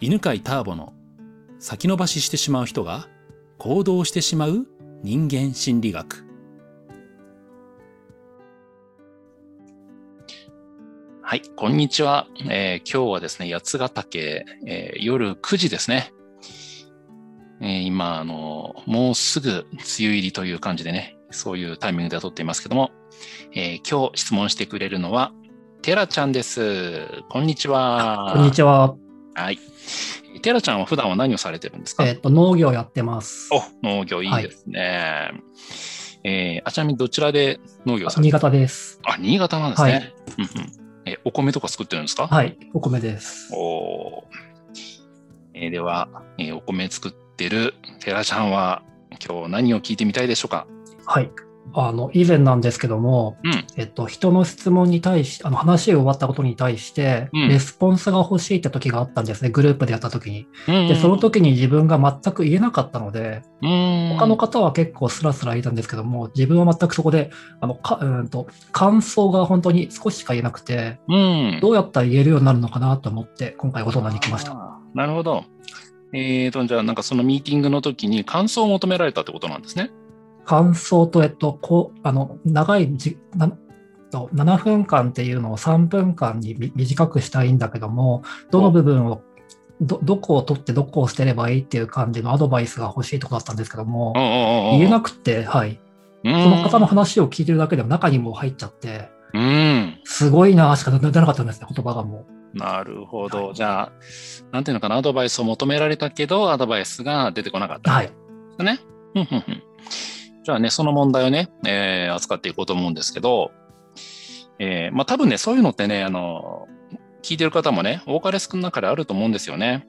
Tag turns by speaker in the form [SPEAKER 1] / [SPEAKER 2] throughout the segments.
[SPEAKER 1] 犬飼ターボの先延ばししてしまう人が行動してしまう人間心理学。はい、こんにちは。えー今日はですね、八ヶ岳、えー夜9時ですね。えー今、あの、もうすぐ梅雨入りという感じでね、そういうタイミングでは撮っていますけども、えー今日質問してくれるのは、テラちゃんです。こんにちは。
[SPEAKER 2] こんにちは。
[SPEAKER 1] はい。テラちゃんは普段は何をされてるんですか、
[SPEAKER 2] えっ、と、農業やってます。
[SPEAKER 1] お、農業いいですね。えーあちなみにどちらで農業されて
[SPEAKER 2] 新
[SPEAKER 1] る
[SPEAKER 2] 潟です。
[SPEAKER 1] あ、新潟なんですね。うんうんえお米とか作ってるんですか、
[SPEAKER 2] はい、お米です。
[SPEAKER 1] おーえーでは、えーお米作ってるテラちゃんは今日何を聞いてみたいでしょうか
[SPEAKER 2] はい。あの、以前なんですけども、
[SPEAKER 1] うん
[SPEAKER 2] えっと、人の質問に対し、あの、話が終わったことに対して、
[SPEAKER 1] うん
[SPEAKER 2] レスポンスが欲しいって時があったんですね、グループでやった時に。
[SPEAKER 1] うん
[SPEAKER 2] で、その時に自分が全く言えなかったので、
[SPEAKER 1] うん
[SPEAKER 2] 他の方は結構スラスラ言えたんですけども、自分は全くそこで、あの、か、うーんと、感想が本当に少ししか言えなくて、
[SPEAKER 1] うん
[SPEAKER 2] どうやったら言えるようになるのかなと思って、今回ご相談に来ました。
[SPEAKER 1] あーなるほど。えーと、じゃあなんかそのミーティングの時に感想を求められたってことなんですね。
[SPEAKER 2] 感想と、えっと、こう、あの、長いじ、なと7分間っていうのを3分間にみ短くしたいんだけども、どの部分を、ど、どこを取ってどこを捨てればいいっていう感じのアドバイスが欲しいとこだったんですけども、言えな
[SPEAKER 1] く
[SPEAKER 2] くて、はい。
[SPEAKER 1] そ
[SPEAKER 2] その方の話を聞いてるだけでも中にもう入っちゃって、
[SPEAKER 1] うん。
[SPEAKER 2] すごいなしか出なかったんですね、言葉がもう。
[SPEAKER 1] なるほど。
[SPEAKER 2] はい
[SPEAKER 1] じゃあ、なんていうのかな、アドバイスを求められたけど、アドバイスが出てこなかった。
[SPEAKER 2] はい。
[SPEAKER 1] ね。ふんふんふんじゃあね、その問題をね、えー扱っていこうと思うんですけど、えーまあ多分ね、そういうのってね、あの、聞いてる方もね、多かれ少なかれあると思うんですよね。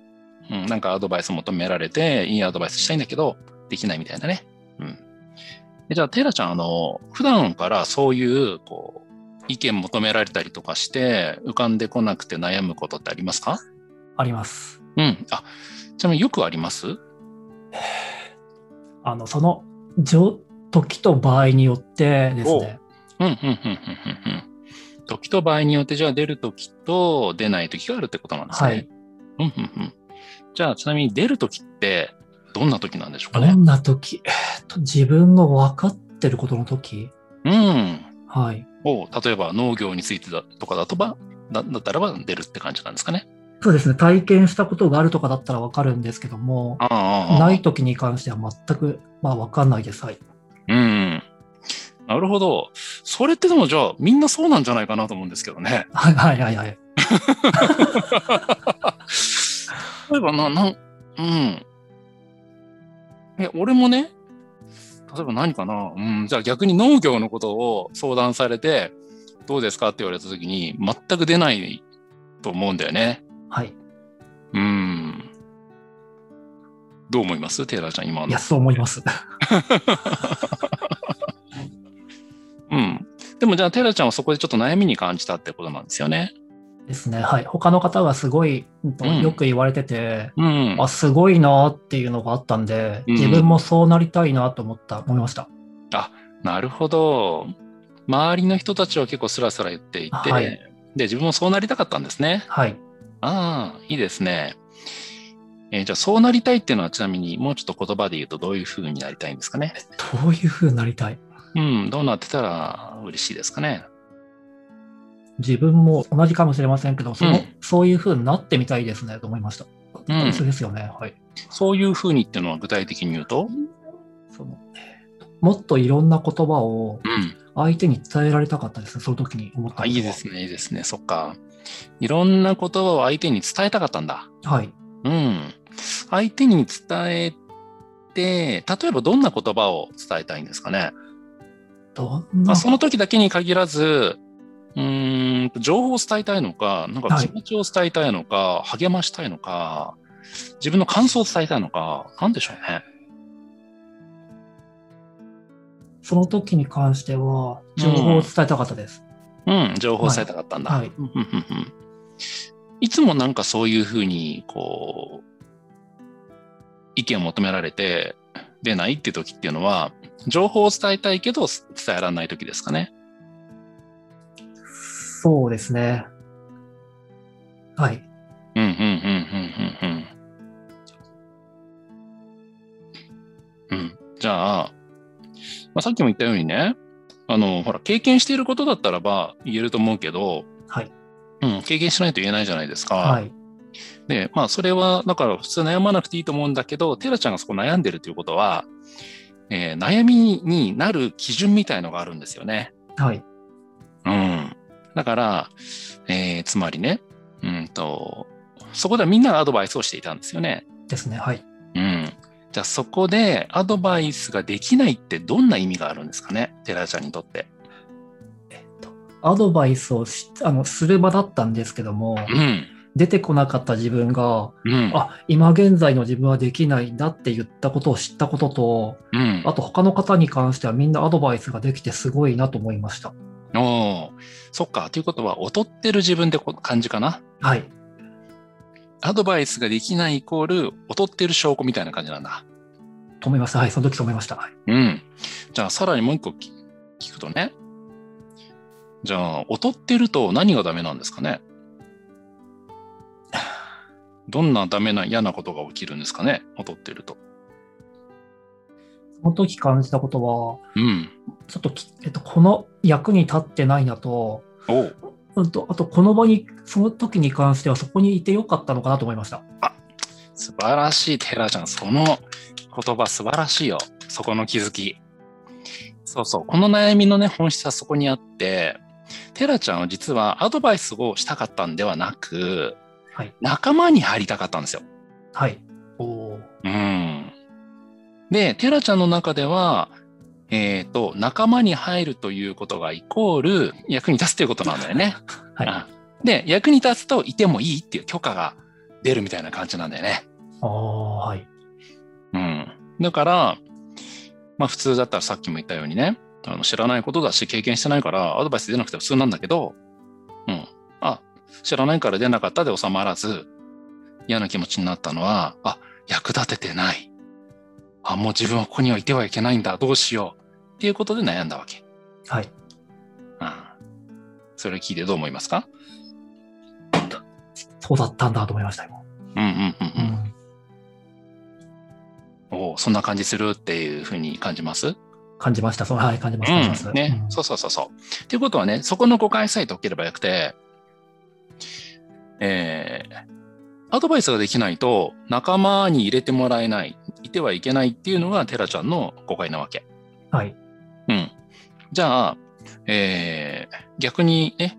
[SPEAKER 1] うん、なんかアドバイス求められて、いいアドバイスしたいんだけど、できないみたいなね。うん。でじゃあ、テイラちゃん、あの、普段からそういう、こう、意見求められたりとかして、浮かんでこなくて悩むことってありますか
[SPEAKER 2] あります。
[SPEAKER 1] うん。あ、ちなみによくあります
[SPEAKER 2] あの、その、じょ時と場合によってですね、
[SPEAKER 1] うんうんうんうんうんうん。時と場合によって、じゃあ出る時と出ない時があるってことなんですね。
[SPEAKER 2] はい。
[SPEAKER 1] うんうんうん。じゃあ、ちなみに出る時って、どんな時なんでしょうか
[SPEAKER 2] ど
[SPEAKER 1] ね。
[SPEAKER 2] んな時、えーっと、自分の分かってることの時、
[SPEAKER 1] うん。
[SPEAKER 2] はい。
[SPEAKER 1] を、例えば農業についてだとかだとば、だだったらば出るって感じなんですかね。
[SPEAKER 2] そうですね、体験したことがあるとかだったら分かるんですけども、
[SPEAKER 1] ああああ。
[SPEAKER 2] ない時に関しては全く、まあ、分かんないです。はい。
[SPEAKER 1] うん。なるほど。それってでも、じゃあ、みんなそうなんじゃないかなと思うんですけどね。
[SPEAKER 2] はいはいはいはい。
[SPEAKER 1] 例えばな、なん、うん。え、俺もね、例えば何かな、うん、じゃあ逆に農業のことを相談されて、どうですかって言われた時に、全く出ないと思うんだよね。
[SPEAKER 2] はい。
[SPEAKER 1] うん。どう思いますテイラーちゃん、今
[SPEAKER 2] い
[SPEAKER 1] の
[SPEAKER 2] や、。そう思います。
[SPEAKER 1] うん。でもじゃあ、テイラーちゃんはそこでちょっと悩みに感じたってことなんですよね。
[SPEAKER 2] ですね。はい。他の方がすごい、うんと
[SPEAKER 1] うん
[SPEAKER 2] よく言われてて、
[SPEAKER 1] うん。
[SPEAKER 2] あ、すごいなっていうのがあったんで、
[SPEAKER 1] うん
[SPEAKER 2] 自分もそうなりたいなと思った、思いました。
[SPEAKER 1] なるほど。周りの人たちは結構スラスラ言っていて、
[SPEAKER 2] はい
[SPEAKER 1] で、自分もそうなりたかったんですね。
[SPEAKER 2] はい。
[SPEAKER 1] ああ、いいですね。えーじゃあ、そうなりたいっていうのは、ちなみに、もうちょっと言葉で言うと、どういう風になりたいんですかね。
[SPEAKER 2] どういう風になりたい
[SPEAKER 1] うん、どうなってたら嬉しいですかね。
[SPEAKER 2] 自分も同じかもしれませんけど、その
[SPEAKER 1] うん
[SPEAKER 2] そういう風になってみたいですねと思いました。
[SPEAKER 1] うん
[SPEAKER 2] そうですよね。はい。
[SPEAKER 1] そういう風にっていうのは、具体的に言うと、
[SPEAKER 2] そのもっといろんな言葉を
[SPEAKER 1] うん、
[SPEAKER 2] 相手に伝えられたかったですね、その時に思った
[SPEAKER 1] あ、
[SPEAKER 2] の
[SPEAKER 1] いいですね、いいですね、そっか。いろんな言葉を相手に伝えたかったんだ。
[SPEAKER 2] はい。
[SPEAKER 1] うん。相手に伝えて、例えばどんな言葉を伝えたいんですかね。
[SPEAKER 2] どんな
[SPEAKER 1] あその時だけに限らず、うーん、情報を伝えたいのか、なんか
[SPEAKER 2] はい
[SPEAKER 1] 気持ちを伝えたいのか、励ましたいのか、自分の感想を伝えたいのか、なんでしょうね。
[SPEAKER 2] その時に関しては、情報を伝えたかったです。
[SPEAKER 1] うん、情報を伝えたかったんだ。
[SPEAKER 2] はいはい
[SPEAKER 1] うんうんうんうんいつもなんかそういうふうに、こう、意見を求められて出ないって時っていうのは、情報を伝えたいけど伝えられない時ですかね。
[SPEAKER 2] そうですね。はい。
[SPEAKER 1] うんうんうんうんうんうん。じゃあ、まあ、さっきも言ったようにね、あの、ほら、経験していることだったらば言えると思うけど、
[SPEAKER 2] はい。
[SPEAKER 1] うん、経験しないと言えないじゃないですか。
[SPEAKER 2] はい。
[SPEAKER 1] で、まあ、それは、だから普通悩まなくていいと思うんだけど、テラちゃんがそこ悩んでるということは、えー悩みになる基準みたいのがあるんですよね。
[SPEAKER 2] はい。
[SPEAKER 1] うん。だから、えーつまりね、うんと、そこではみんながアドバイスをしていたんですよね。
[SPEAKER 2] ですね。はい。
[SPEAKER 1] うん。じゃあそこでアドバイスができないってどんな意味があるんですかね、テラちゃんにとって。
[SPEAKER 2] アドバイスをしあのする場だったんですけども、
[SPEAKER 1] うん。
[SPEAKER 2] 出てこなかった自分が、
[SPEAKER 1] うん。
[SPEAKER 2] あ、今現在の自分はできないんだって言ったことを知ったことと、
[SPEAKER 1] うん。
[SPEAKER 2] あと他の方に関してはみんなアドバイスができてすごいなと思いました。
[SPEAKER 1] おーそっか。ということは、劣ってる自分ってこ感じかな。
[SPEAKER 2] はい。
[SPEAKER 1] アドバイスができないイコール、劣ってる証拠みたいな感じなんだ。
[SPEAKER 2] と思いました。はい。その時と思いました。はい
[SPEAKER 1] うん。じゃあ、さらにもう一個き聞くとね。じゃあ、劣ってると何がダメなんですかねどんなダメな嫌なことが起きるんですかね劣ってると。
[SPEAKER 2] その時感じたことは、
[SPEAKER 1] うん。
[SPEAKER 2] ちょっとき、えっと、この役に立ってないなと、
[SPEAKER 1] おう
[SPEAKER 2] うんと、あとこの場に、その時に関してはそこにいてよかったのかなと思いました。
[SPEAKER 1] 素晴らしい、テラちゃん。その言葉素晴らしいよ。そこの気づき。そうそう。この悩みのね、本質はそこにあって、テラちゃんは実はアドバイスをしたかったんではなく、
[SPEAKER 2] はい
[SPEAKER 1] 仲間に入りたかったんですよ。
[SPEAKER 2] はい。おー
[SPEAKER 1] うん。で、テラちゃんの中では、えっ、と、仲間に入るということがイコール役に立つということなんだよね。
[SPEAKER 2] はい。あ
[SPEAKER 1] あで、役に立つといてもいいっていう許可が出るみたいな感じなんだよね。
[SPEAKER 2] あー、はい。
[SPEAKER 1] うん。だから、まあ普通だったらさっきも言ったようにね、あの知らないことだし経験してないからアドバイス出なくて普通なんだけど、うん。あ、知らないから出なかったで収まらず、嫌な気持ちになったのは、あ、役立ててない。あ、もう自分はここにはいてはいけないんだ。どうしよう。っていうことで悩んだわけ。
[SPEAKER 2] はい。
[SPEAKER 1] うん。それを聞いてどう思いますか
[SPEAKER 2] そうだったんだと思いました、今。
[SPEAKER 1] うんうんう
[SPEAKER 2] うんん。
[SPEAKER 1] うん。おうそんな感じするっていうふうに感じます
[SPEAKER 2] 感じました。そう、はい、感じます。感じます。
[SPEAKER 1] うん、ね、
[SPEAKER 2] うん
[SPEAKER 1] そうそうそうそう。っていうことはね、そこの誤解さえ解ければよくて、えーアドバイスができないと仲間に入れてもらえない、いてはいけないっていうのがテラちゃんの誤解なわけ。
[SPEAKER 2] はい。
[SPEAKER 1] うん。じゃあ、えー逆にね、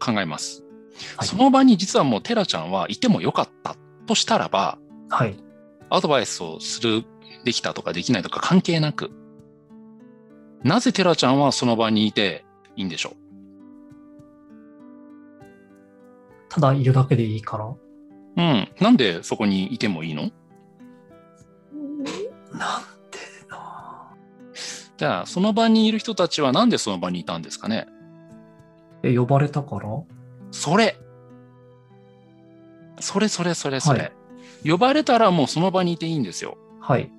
[SPEAKER 1] 考えます。
[SPEAKER 2] はい
[SPEAKER 1] その場に実はもうテラちゃんはいてもよかったとしたらば、
[SPEAKER 2] はい。
[SPEAKER 1] アドバイスをする、できたとかできないとか関係なく、なぜテラちゃんはその場にいていいんでしょ
[SPEAKER 2] ただいるだけでいいから。
[SPEAKER 1] ううん。なんでそこにいてもいいの
[SPEAKER 2] なんてな
[SPEAKER 1] じゃあ、その場にいる人たちはなんでその場にいたんですかね
[SPEAKER 2] え、呼ばれたから
[SPEAKER 1] それそれそれそれそれ、
[SPEAKER 2] は
[SPEAKER 1] 呼ばれたらもうその場にいていいんですよ。
[SPEAKER 2] はい。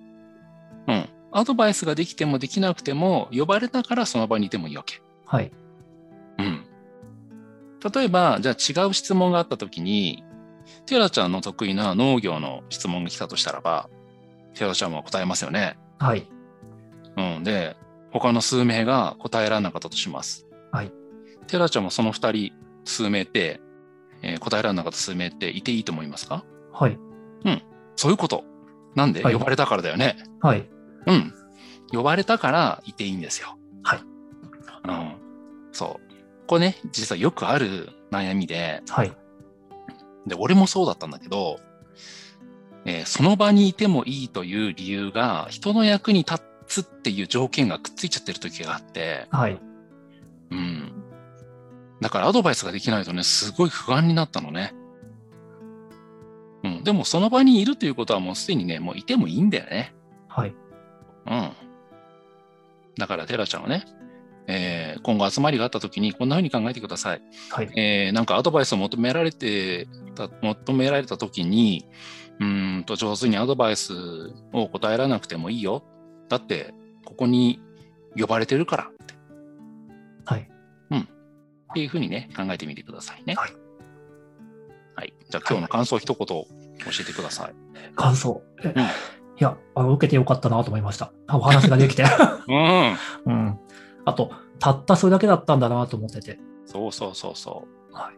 [SPEAKER 1] うん。アドバイスができてもできなくても、呼ばれたからその場にいてもいいわけ。
[SPEAKER 2] はい。
[SPEAKER 1] うん。例えば、じゃあ違う質問があったときに、テラちゃんの得意な農業の質問が来たとしたらば、テラちゃんは答えますよね。
[SPEAKER 2] はい。
[SPEAKER 1] うん。で、他の数名が答えられなかったとします。
[SPEAKER 2] はい。
[SPEAKER 1] テラちゃんもその二人、数名って、えー答えられなかった数名っていていいと思いますか
[SPEAKER 2] はい。
[SPEAKER 1] そういうこと。なんで、
[SPEAKER 2] はい
[SPEAKER 1] 呼ばれたからだよね。
[SPEAKER 2] はい。
[SPEAKER 1] うん。呼ばれたからいていいんですよ。
[SPEAKER 2] はい。
[SPEAKER 1] うん。そう。これね、実はよくある悩みで、
[SPEAKER 2] はい。
[SPEAKER 1] で、俺もそうだったんだけど、えーその場にいてもいいという理由が、人の役に立つっていう条件がくっついちゃってる時があって、
[SPEAKER 2] はい。
[SPEAKER 1] うん。だからアドバイスができないとね、すごい不安になったのね。うん。でもその場にいるということはもうすでにね、もういてもいいんだよね。
[SPEAKER 2] はい。
[SPEAKER 1] うん。だから、テラちゃんはね、えー今後集まりがあった時にこんな風に考えてください。
[SPEAKER 2] はい。
[SPEAKER 1] えーなんかアドバイスを求められてた、求められた時に、うーんと上手にアドバイスを答えられなくてもいいよ。だって、ここに呼ばれてるからって。
[SPEAKER 2] はい。
[SPEAKER 1] うん。っていうふうにね、考えてみてくださいね。
[SPEAKER 2] はい。
[SPEAKER 1] はい。じゃあ今日の感想を一言教えてください。
[SPEAKER 2] 感想。え
[SPEAKER 1] うん
[SPEAKER 2] いや、あの受けてよかったなと思いました。あお話ができて。
[SPEAKER 1] うん。
[SPEAKER 2] うん。あと、たったそれだけだったんだなと思ってて。
[SPEAKER 1] そうそうそうそう。
[SPEAKER 2] は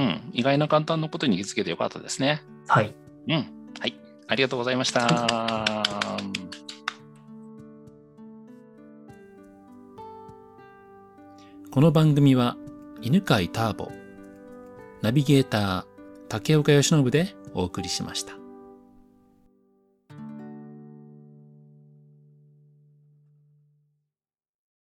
[SPEAKER 1] うん。意外な簡単なことに気づけてよかったですね。
[SPEAKER 2] はい。
[SPEAKER 1] うん。はい。ありがとうございました。この番組は、犬飼ターボ、ナビゲーター、竹岡由伸でお送りしました。